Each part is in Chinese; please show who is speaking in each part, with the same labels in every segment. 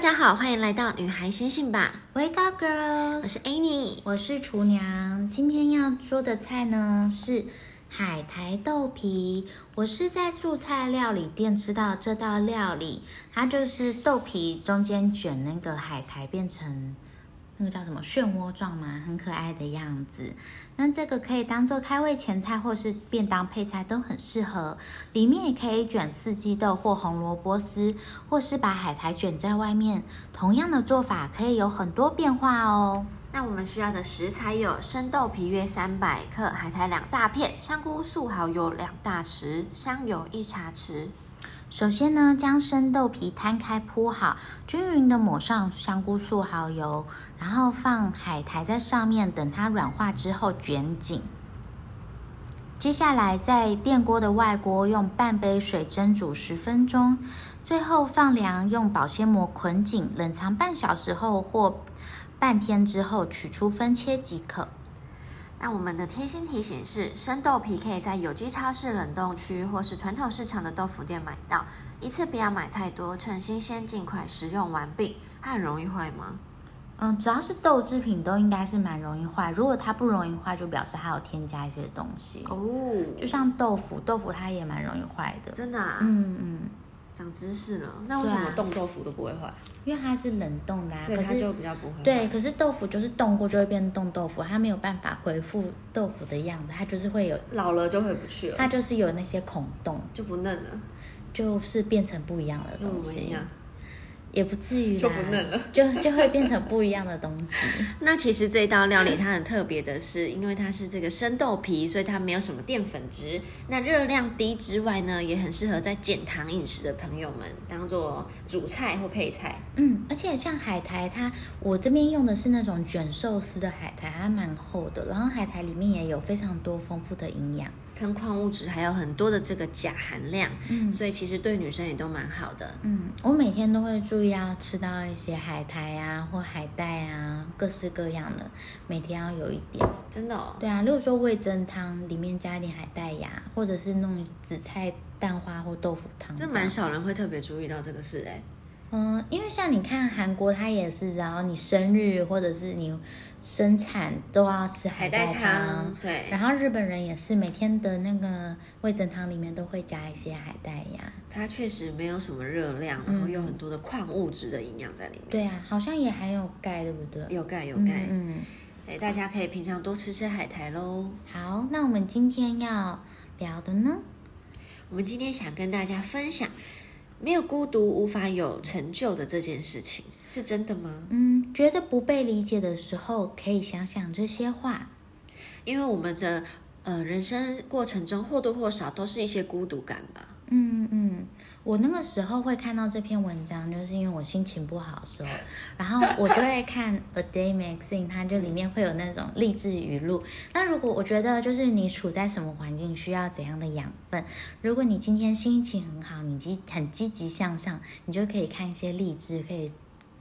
Speaker 1: 家好，欢迎来到女孩星星吧，
Speaker 2: Wake up, girls！
Speaker 1: 我是 Annie。
Speaker 2: 我是厨娘，今天要做的菜呢是海苔豆皮。我是在素菜料理店吃到这道料理，它就是豆皮中间卷那个海苔，变成那个叫什么漩涡状嘛，很可爱的样子。那这个可以当做开胃前菜或是便当配菜都很适合，里面也可以卷四季豆或红萝卜丝，或是把海苔卷在外面。同样的做法可以有很多变化哦。
Speaker 1: 那我们需要的食材有生豆皮约三百克，海苔两大片，香菇素蚝油两大匙，香油一茶匙。
Speaker 2: 首先呢，将生豆皮摊开铺好，均匀的抹上香菇素蚝油，然后放海苔在上面，等它软化之后卷紧。接下来在电锅的外锅用半杯水蒸煮十分钟，最后放凉，用保鲜膜捆紧，冷藏半小时后或半天之后取出分切即可。
Speaker 1: 那我们的贴心提醒是，生豆皮可以在有机超市冷冻区或是传统市场的豆腐店买到，一次不要买太多，趁新鲜尽快食用完毕。它很容易坏吗？
Speaker 2: 嗯，只要是豆制品都应该是蛮容易坏，如果它不容易坏，就表示它有添加一些东西。
Speaker 1: 哦，
Speaker 2: 就像豆腐，豆腐它也蛮容易坏的。
Speaker 1: 真的啊，
Speaker 2: 嗯嗯，
Speaker 1: 长知识了。那为什
Speaker 2: 对
Speaker 1: 么
Speaker 2: 啊
Speaker 1: 冻豆腐都不会坏？
Speaker 2: 因为它是冷冻的、啊，
Speaker 1: 所以
Speaker 2: 可
Speaker 1: 它
Speaker 2: 是
Speaker 1: 就比较不会坏。
Speaker 2: 对，可是豆腐就是冻过就会变冻豆腐，它没有办法恢复豆腐的样子，它就是会有，
Speaker 1: 老了就回不去了，
Speaker 2: 它就是有那些孔洞，
Speaker 1: 就不嫩了，
Speaker 2: 就是变成不一样的
Speaker 1: 跟嗯
Speaker 2: 东
Speaker 1: 我们一
Speaker 2: 西
Speaker 1: 样，。
Speaker 2: 也不至于啦
Speaker 1: 就不嫩了
Speaker 2: 就就会变成不一样的东西。
Speaker 1: 那其实这道料理它很特别的是，因为它是这个生豆皮，所以它没有什么淀粉质，那热量低之外呢，也很适合在减糖饮食的朋友们当做主菜或配菜。
Speaker 2: 嗯，而且像海苔它，我这边用的是那种卷寿司的海苔，它蛮厚的，然后海苔里面也有非常多丰富的营养。
Speaker 1: 跟矿物质还有很多的这个钾含量，
Speaker 2: 嗯
Speaker 1: 所以其实对女生也都蛮好的。
Speaker 2: 嗯，我每天都会注意要吃到一些海苔啊或海带啊，各式各样的，每天要有一点。
Speaker 1: 真的哦，
Speaker 2: 对啊，例如说味增汤里面加一点海带芽，或者是弄紫菜蛋花或豆腐汤
Speaker 1: 这
Speaker 2: 样。
Speaker 1: 蛮少人会特别注意到这个事哎、
Speaker 2: 嗯，因为像你看韩国，它也是，然后你生日或者是你生产都要吃海
Speaker 1: 海
Speaker 2: 带
Speaker 1: 带
Speaker 2: 汤。
Speaker 1: 汤，对，
Speaker 2: 然后日本人也是每天的那个味噌汤里面都会加一些海带芽，
Speaker 1: 它确实没有什么热量，
Speaker 2: 嗯
Speaker 1: 然后有很多的矿物质的营养在里面，
Speaker 2: 对啊，好像也含有钙，对不对？
Speaker 1: 有钙有钙。
Speaker 2: 嗯。嗯
Speaker 1: 哎，大家可以平常多吃吃海苔喽。
Speaker 2: 好，那我们今天要聊的呢？
Speaker 1: 我们今天想跟大家分享，没有孤独无法有成就的这件事情，是真的吗？
Speaker 2: 嗯，觉得不被理解的时候，可以想想这些话。
Speaker 1: 因为我们的呃人生过程中或多或少都是一些孤独感吧。
Speaker 2: 嗯嗯，我那个时候会看到这篇文章，就是因为我心情不好的时候，然后我就会看 A Day Magazine，它就里面会有那种励志语录。那如果我觉得就是你处在什么环境，需要怎样的养分，如果你今天心情很好，你积很积极向上，你就可以看一些励志，可以。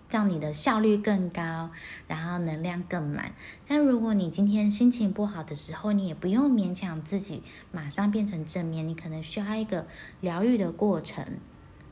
Speaker 2: 让你的效率更高，然后能量更满。但如果你今天心情不好的时候，你也不用勉强自己马上变成正面，你可能需要一个疗愈的过程。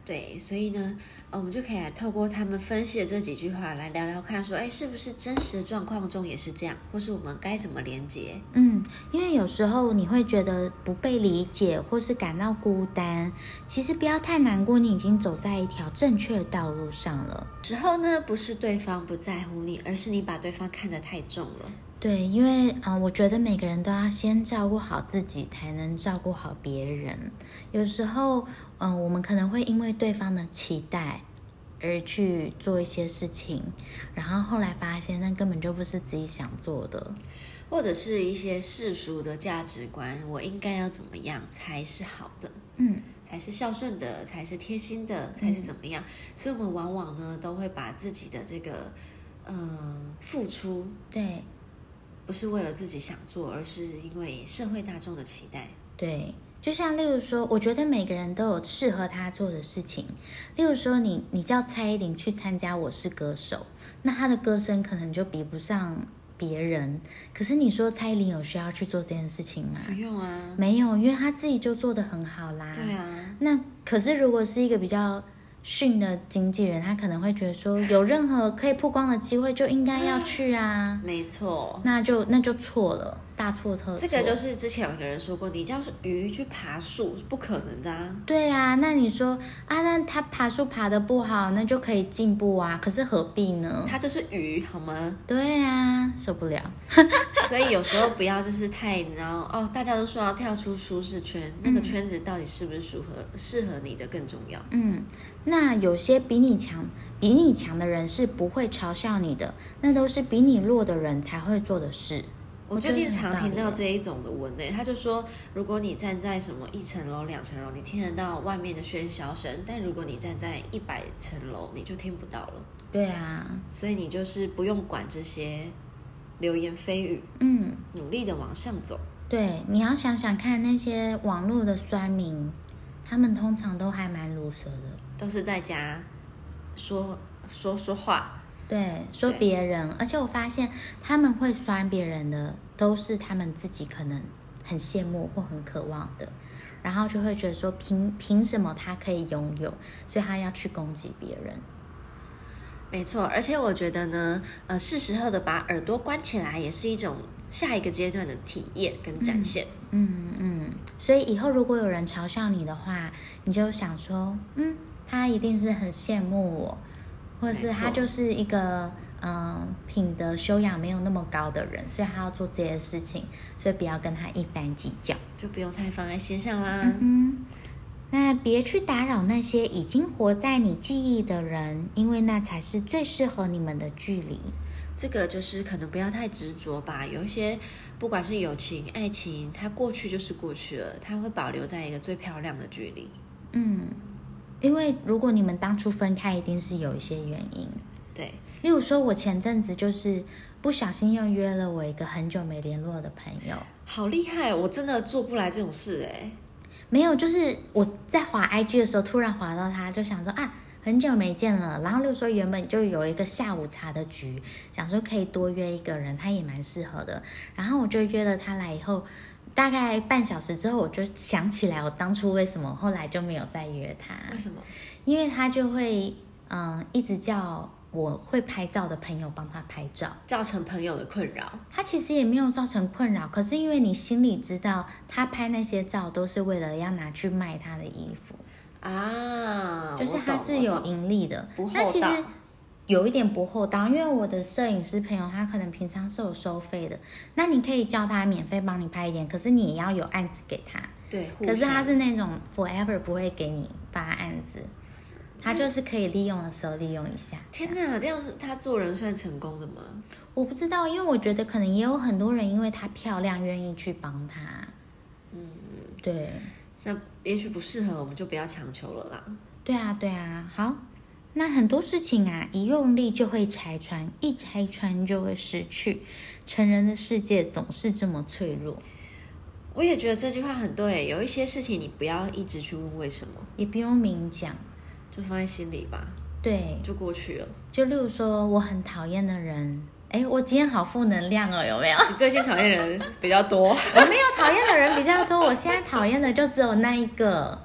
Speaker 1: 对，所以呢，呃我们就可以来透过他们分析的这几句话来聊聊看说，哎，是不是真实的状况中也是这样，或是我们该怎么连接？
Speaker 2: 嗯，因为有时候你会觉得不被理解，或是感到孤单，其实不要太难过，你已经走在一条正确的道路上了。
Speaker 1: 时候呢，不是对方不在乎你，而是你把对方看得太重了。
Speaker 2: 对，因为嗯、呃我觉得每个人都要先照顾好自己，才能照顾好别人。有时候，嗯、我们可能会因为对方的期待而去做一些事情，然后后来发现那根本就不是自己想做的。
Speaker 1: 或者是一些世俗的价值观，我应该要怎么样才是好的，
Speaker 2: 嗯，
Speaker 1: 才是孝顺的，才是贴心的，才是怎么样？所以我们往往呢都会把自己的这个呃付出，
Speaker 2: 对
Speaker 1: 不是为了自己想做，而是因为社会大众的期待。
Speaker 2: 对。就像例如说，我觉得每个人都有适合他做的事情。例如说你，你叫蔡依林去参加《我是歌手》，那她的歌声可能就比不上别人。可是你说蔡依林有需要去做这件事情吗？
Speaker 1: 不用啊，嗯
Speaker 2: 没有，因为他自己就做得很好啦。
Speaker 1: 对啊，
Speaker 2: 那可是如果是一个比较训的经纪人，他可能会觉得说，有任何可以曝光的机会就应该要去 啊，
Speaker 1: 没错。
Speaker 2: 那就那就错了，大错特错。
Speaker 1: 这个就是之前有一个人说过，你叫鱼去爬树是不可能的啊。
Speaker 2: 对啊，那你说啊，那他爬树爬的不好，那就可以进步啊，可是何必呢？
Speaker 1: 它就是鱼，好吗？
Speaker 2: 对啊，受不了。
Speaker 1: 所以有时候不要就是太，然后哦，大家都说要跳出舒适圈，那个圈子到底是不是适合适合你的更重要。
Speaker 2: 嗯，那有些比你强、比你强的人是不会嘲笑你的，那都是比你弱的人才会做的事。
Speaker 1: 我
Speaker 2: 我
Speaker 1: 最
Speaker 2: 觉得很
Speaker 1: 近常
Speaker 2: 有道
Speaker 1: 听
Speaker 2: 理
Speaker 1: 到
Speaker 2: 耶
Speaker 1: 这一种的文类，他就说，如果你站在什么一层楼、两层楼，你听得到外面的喧嚣声，但如果你站在一百层楼，你就听不到了。
Speaker 2: 对啊，
Speaker 1: 所以你就是不用管这些流言蜚语，
Speaker 2: 嗯，
Speaker 1: 努力的往上走。
Speaker 2: 对，你要想想看，那些网络的酸民，他们通常都还蛮毒舌的，
Speaker 1: 都是在家说说说话，
Speaker 2: 对，说
Speaker 1: 对
Speaker 2: 别人，而且我发现他们会酸别人的，都是他们自己可能很羡慕或很渴望的，然后就会觉得说凭凭什么他可以拥有，所以他要去攻击别人。
Speaker 1: 没错。而且我觉得呢，呃，是时候的把耳朵关起来，也是一种下一个阶段的体验跟展现。
Speaker 2: 嗯嗯，所以以后如果有人嘲笑你的话，你就想说，嗯，他一定是很羡慕我，或者
Speaker 1: 没
Speaker 2: 是
Speaker 1: 错
Speaker 2: 他就是一个嗯、呃品德修养没有那么高的人，所以他要做这些事情，所以不要跟他一般计较。
Speaker 1: 就不用太放在心上啦。
Speaker 2: 嗯，那别去打扰那些已经活在你记忆的人，因为那才是最适合你们的距离。
Speaker 1: 这个就是可能不要太执着吧。有一些不管是友情、爱情，它过去就是过去了，它会保留在一个最漂亮的距离。
Speaker 2: 嗯，因为如果你们当初分开，一定是有一些原因。
Speaker 1: 对，
Speaker 2: 例如说，我前阵子就是不小心又约了我一个很久没联络的朋友，
Speaker 1: 好厉害，哦我真的做不来这种事哎、
Speaker 2: 没有，就是我在滑 IG 的时候突然滑到他，就想说啊。很久没见了，然后例如说原本就有一个下午茶的局，想说可以多约一个人，他也蛮适合的。然后我就约了他来以后，大概半小时之后，我就想起来我当初为什么后来就没有再约他。
Speaker 1: 为什么？
Speaker 2: 因为他就会嗯一直叫我会拍照的朋友帮他拍照，
Speaker 1: 造成朋友的困扰，
Speaker 2: 他其实也没有造成困扰，可是因为你心里知道他拍那些照都是为了要拿去卖他的衣服，
Speaker 1: 啊，
Speaker 2: 就是
Speaker 1: 我
Speaker 2: 他
Speaker 1: 懂
Speaker 2: 是
Speaker 1: 我
Speaker 2: 有
Speaker 1: 懂
Speaker 2: 盈利的
Speaker 1: 不，
Speaker 2: 那
Speaker 1: 厚
Speaker 2: 其实
Speaker 1: 道。
Speaker 2: 有一点不厚道，因为我的摄影师朋友他可能平常是有收费的，那你可以叫他免费帮你拍一点，可是你也要有案子给他，
Speaker 1: 对，互
Speaker 2: 可是他
Speaker 1: 相
Speaker 2: 是那种 forever 不会给你发案子，他就是可以利用的时候利用一下。
Speaker 1: 天哪，这样子他做人算成功的吗？
Speaker 2: 我不知道，因为我觉得可能也有很多人因为她漂亮愿意去帮她。嗯，对，
Speaker 1: 那也许不适合，我们就不要强求了啦。
Speaker 2: 对啊，对啊。好，那很多事情啊，一用力就会拆穿，一拆穿就会失去。成人的世界总是这么脆弱，
Speaker 1: 我也觉得这句话很对，有一些事情你不要一直去问为什么，
Speaker 2: 也不用明讲。
Speaker 1: 就放在心里吧，
Speaker 2: 对，
Speaker 1: 就过去了。
Speaker 2: 就例如说我很讨厌的人，哎，我今天好负能量哦，有没有？
Speaker 1: 你最近讨厌人比较多，
Speaker 2: 我没有讨厌的人比较多，我现在讨厌的就只有那一个，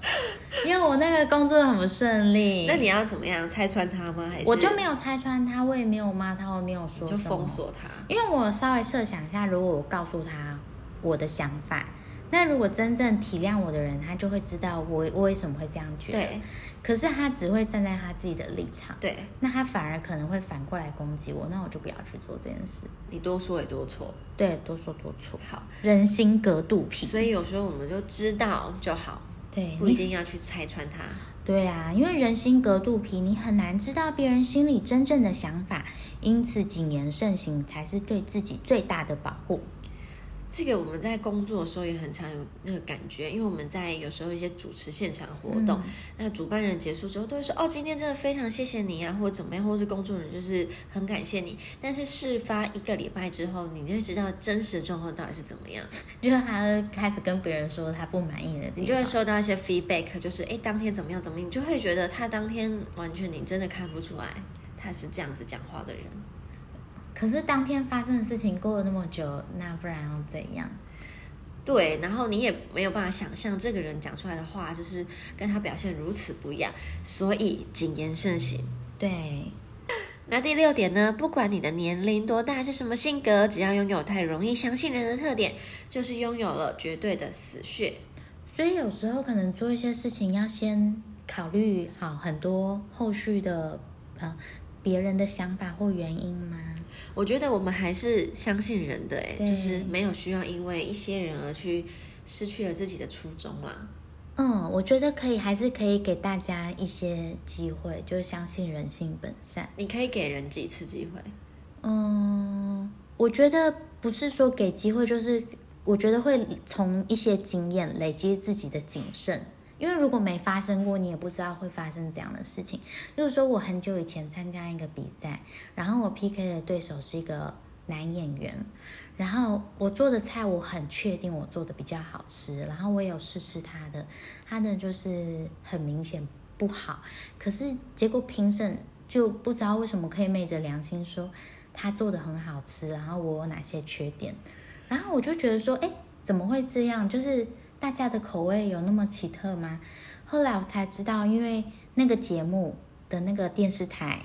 Speaker 2: 因为我那个工作很不顺利。
Speaker 1: 那你要怎么样拆穿他吗？还是
Speaker 2: 我就没有拆穿他，我也没有骂他，我也没有说
Speaker 1: 就
Speaker 2: 什么
Speaker 1: 封，锁他？
Speaker 2: 因为我稍微设想一下，如果我告诉他我的想法，那如果真正体谅我的人，他就会知道我我为什么会这样觉得。
Speaker 1: 对
Speaker 2: 可是他只会站在他自己的立场，
Speaker 1: 对，
Speaker 2: 那他反而可能会反过来攻击我，那我就不要去做这件事。
Speaker 1: 你多说也多错。
Speaker 2: 对，多说多错，
Speaker 1: 好，
Speaker 2: 人心隔肚皮。
Speaker 1: 所以有时候我们就知道就好，
Speaker 2: 对，
Speaker 1: 不
Speaker 2: 嗯哎
Speaker 1: 一
Speaker 2: 你
Speaker 1: 定要去拆穿他。
Speaker 2: 对啊，因为人心隔肚皮，你很难知道别人心里真正的想法，因此谨言慎行才是对自己最大的保护。
Speaker 1: 这个我们在工作的时候也很常有那个感觉，因为我们在有时候一些主持现场活动，那主办人结束之后都会说：“哦，今天真的非常谢谢你啊，或者怎么样，或是工作人员就是很感谢你。”但是事发一个礼拜之后，你就会知道真实的状况到底是怎么样，
Speaker 2: 就是他会开始跟别人说他不满意的地方，
Speaker 1: 你就会收到一些 feedback，就是哎当天怎么样怎么样，你就会觉得他当天完全你真的看不出来他是这样子讲话的人。
Speaker 2: 可是当天发生的事情过了那么久，那不然要怎样？
Speaker 1: 对，然后你也没有办法想象这个人讲出来的话，就是跟他表现如此不一样，所以谨言慎行。
Speaker 2: 对，
Speaker 1: 那第六点呢？不管你的年龄多大，是什么性格，只要拥有太容易相信人的特点，就是拥有了绝对的死穴。
Speaker 2: 所以有时候可能做一些事情要先考虑好很多后续的呃别人的想法或原因吗？
Speaker 1: 我觉得我们还是相信人的、欸，哎，
Speaker 2: 对
Speaker 1: 就是没有需要因为一些人而去失去了自己的初衷啊啦。
Speaker 2: 嗯，我觉得可以，还是可以给大家一些机会，就是相信人性本善。
Speaker 1: 你可以给人几次机会？
Speaker 2: 嗯，我觉得不是说给机会，就是我觉得会从一些经验累积自己的谨慎。因为如果没发生过，你也不知道会发生这样的事情。就是说，我很久以前参加一个比赛，然后我 PK 的对手是一个男演员，然后我做的菜我很确定我做的比较好吃，然后我也有试吃他的，他的就是很明显不好，可是结果评审就不知道为什么可以昧着良心说他做的很好吃，然后我有哪些缺点，然后我就觉得说，哎，怎么会这样？就是大家的口味有那么奇特吗？后来我才知道，因为那个节目的那个电视台，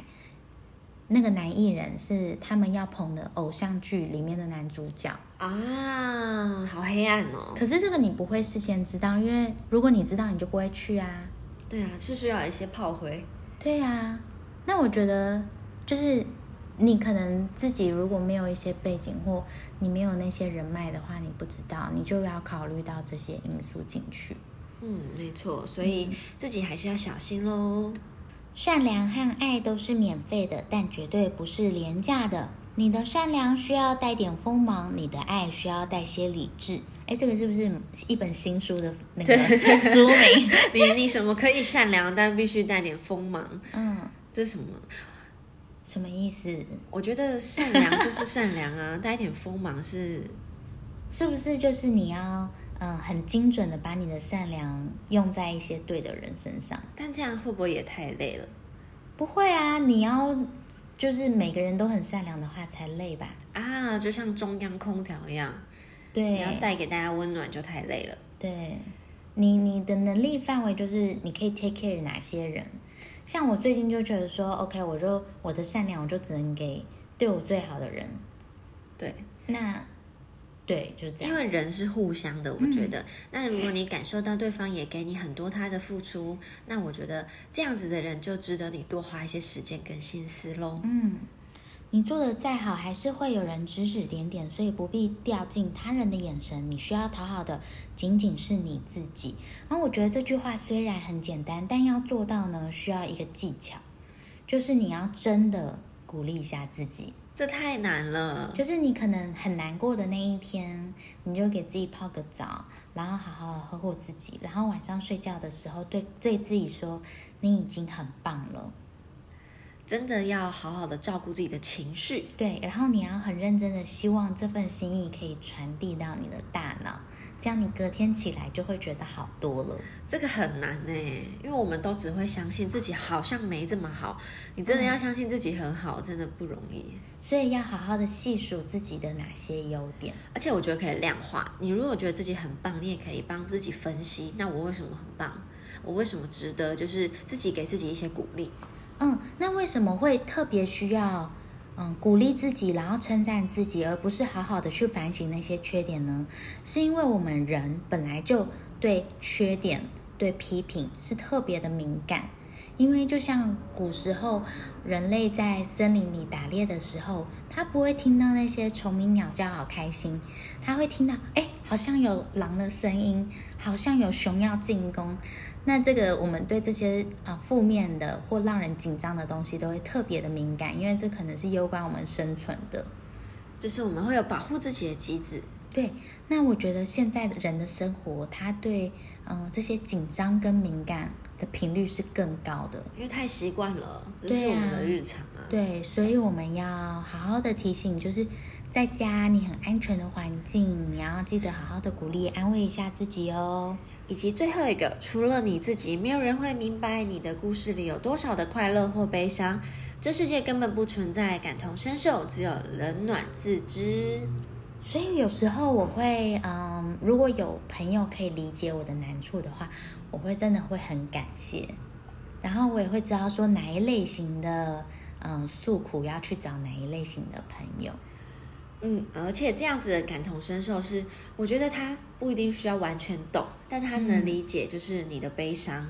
Speaker 2: 那个男艺人是他们要捧的偶像剧里面的男主角。
Speaker 1: 哦啊，好黑暗哦。
Speaker 2: 可是这个你不会事先知道，因为如果你知道，你就不会去啊。
Speaker 1: 对啊，是需要一些炮灰。
Speaker 2: 对呀、那我觉得就是你可能自己如果没有一些背景或你没有那些人脉的话，你不知道，你就要考虑到这些因素进去。
Speaker 1: 嗯，没错，所以自己还是要小心喽。
Speaker 2: 善良和爱都是免费的，但绝对不是廉价的。你的善良需要带点锋芒，你的爱需要带些理智。哎，这个是不是一本新书的那个书 名？
Speaker 1: 你你什么可以善良，但必须带点锋芒，
Speaker 2: 嗯，
Speaker 1: 这是什么？
Speaker 2: 什么意思？
Speaker 1: 我觉得善良就是善良 啊，带一点锋芒是
Speaker 2: 是不是就是你要呃很精准的把你的善良用在一些对的人身上？
Speaker 1: 但这样会不会也太累了
Speaker 2: 不会啊，你要就是每个人都很善良的话才累吧？
Speaker 1: 啊？就像中央空调一样，你要
Speaker 2: 对
Speaker 1: 带给大家温暖就太累了。
Speaker 2: 对，你你的能力范围就是你可以 take care 哪些人？像我最近就觉得说，OK，我就我的善良我就只能给对我最好的人。
Speaker 1: 对，
Speaker 2: 那对，就这
Speaker 1: 因
Speaker 2: 样。
Speaker 1: 为人是互相的，我觉得。那如果你感受到对方也给你很多他的付出，那我觉得这样子的人就值得你多花一些时间跟心思喽。
Speaker 2: 嗯，你做的再好，还是会有人指指点点，所以不必掉进他人的眼神。你需要讨好的仅仅是你自己。然后我觉得这句话虽然很简单，但要做到呢，需要一个技巧，就是你要真的鼓励一下自己。
Speaker 1: 这太难了。
Speaker 2: 就是你可能很难过的那一天，你就给自己泡个澡，然后好好呵护自己，然后晚上睡觉的时候对对自己说，你已经很棒了。
Speaker 1: 真的要好好的照顾自己的情绪。
Speaker 2: 对，然后你要很认真的，希望这份心意可以传递到你的大脑，这样你隔天起来就会觉得好多了。
Speaker 1: 这个很难呢、因为我们都只会相信自己好像没这么好，你真的要相信自己很
Speaker 2: 嗯
Speaker 1: 好，真的不容易。
Speaker 2: 所以要好好的细数自己的哪些优点。
Speaker 1: 而且我觉得可以量化，你如果觉得自己很棒，你也可以帮自己分析，那我为什么很棒？我为什么值得？就是自己给自己一些鼓励。
Speaker 2: 嗯，那为什么会特别需要嗯鼓励自己，然后称赞自己，而不是好好的去反省那些缺点呢？是因为我们人本来就对缺点、对批评是特别的敏感。因为就像古时候人类在森林里打猎的时候，他不会听到那些虫鸣鸟叫好开心，他会听到哎，好像有狼的声音，好像有熊要进攻。那这个我们对这些啊、呃负面的或让人紧张的东西都会特别的敏感，因为这可能是攸关我们生存的。
Speaker 1: 就是我们会有保护自己的机制，
Speaker 2: 对，那我觉得现在的人的生活，他对嗯、呃这些紧张跟敏感的频率是更高的。
Speaker 1: 因为太习惯了，这是
Speaker 2: 对啊
Speaker 1: 我们的日常啊。
Speaker 2: 对，所以我们要好好的提醒，就是在家你很安全的环境，你要记得好好的鼓励、安慰一下自己哦。
Speaker 1: 以及最后一个，除了你自己，没有人会明白你的故事里有多少的快乐或悲伤。这世界根本不存在感同身受，只有冷暖自知。
Speaker 2: 所以有时候我会嗯如果有朋友可以理解我的难处的话，我会真的会很感谢。然后我也会知道说哪一类型的嗯诉苦要去找哪一类型的朋友。
Speaker 1: 嗯，而且这样子的感同身受是，我觉得他不一定需要完全懂，但他能理解就是你的悲伤，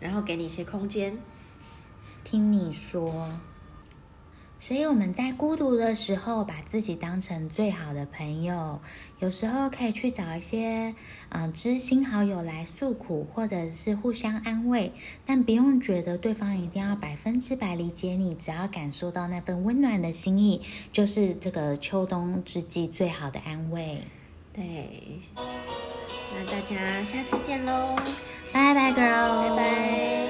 Speaker 1: 然后给你一些空间。
Speaker 2: 听你说，所以我们在孤独的时候，把自己当成最好的朋友，有时候可以去找一些嗯、呃知心好友来诉苦，或者是互相安慰，但不用觉得对方一定要百分之百理解你，只要感受到那份温暖的心意，就是这个秋冬之际最好的安慰。
Speaker 1: 对，那大家下次见喽，
Speaker 2: 拜拜，girl，
Speaker 1: 拜拜。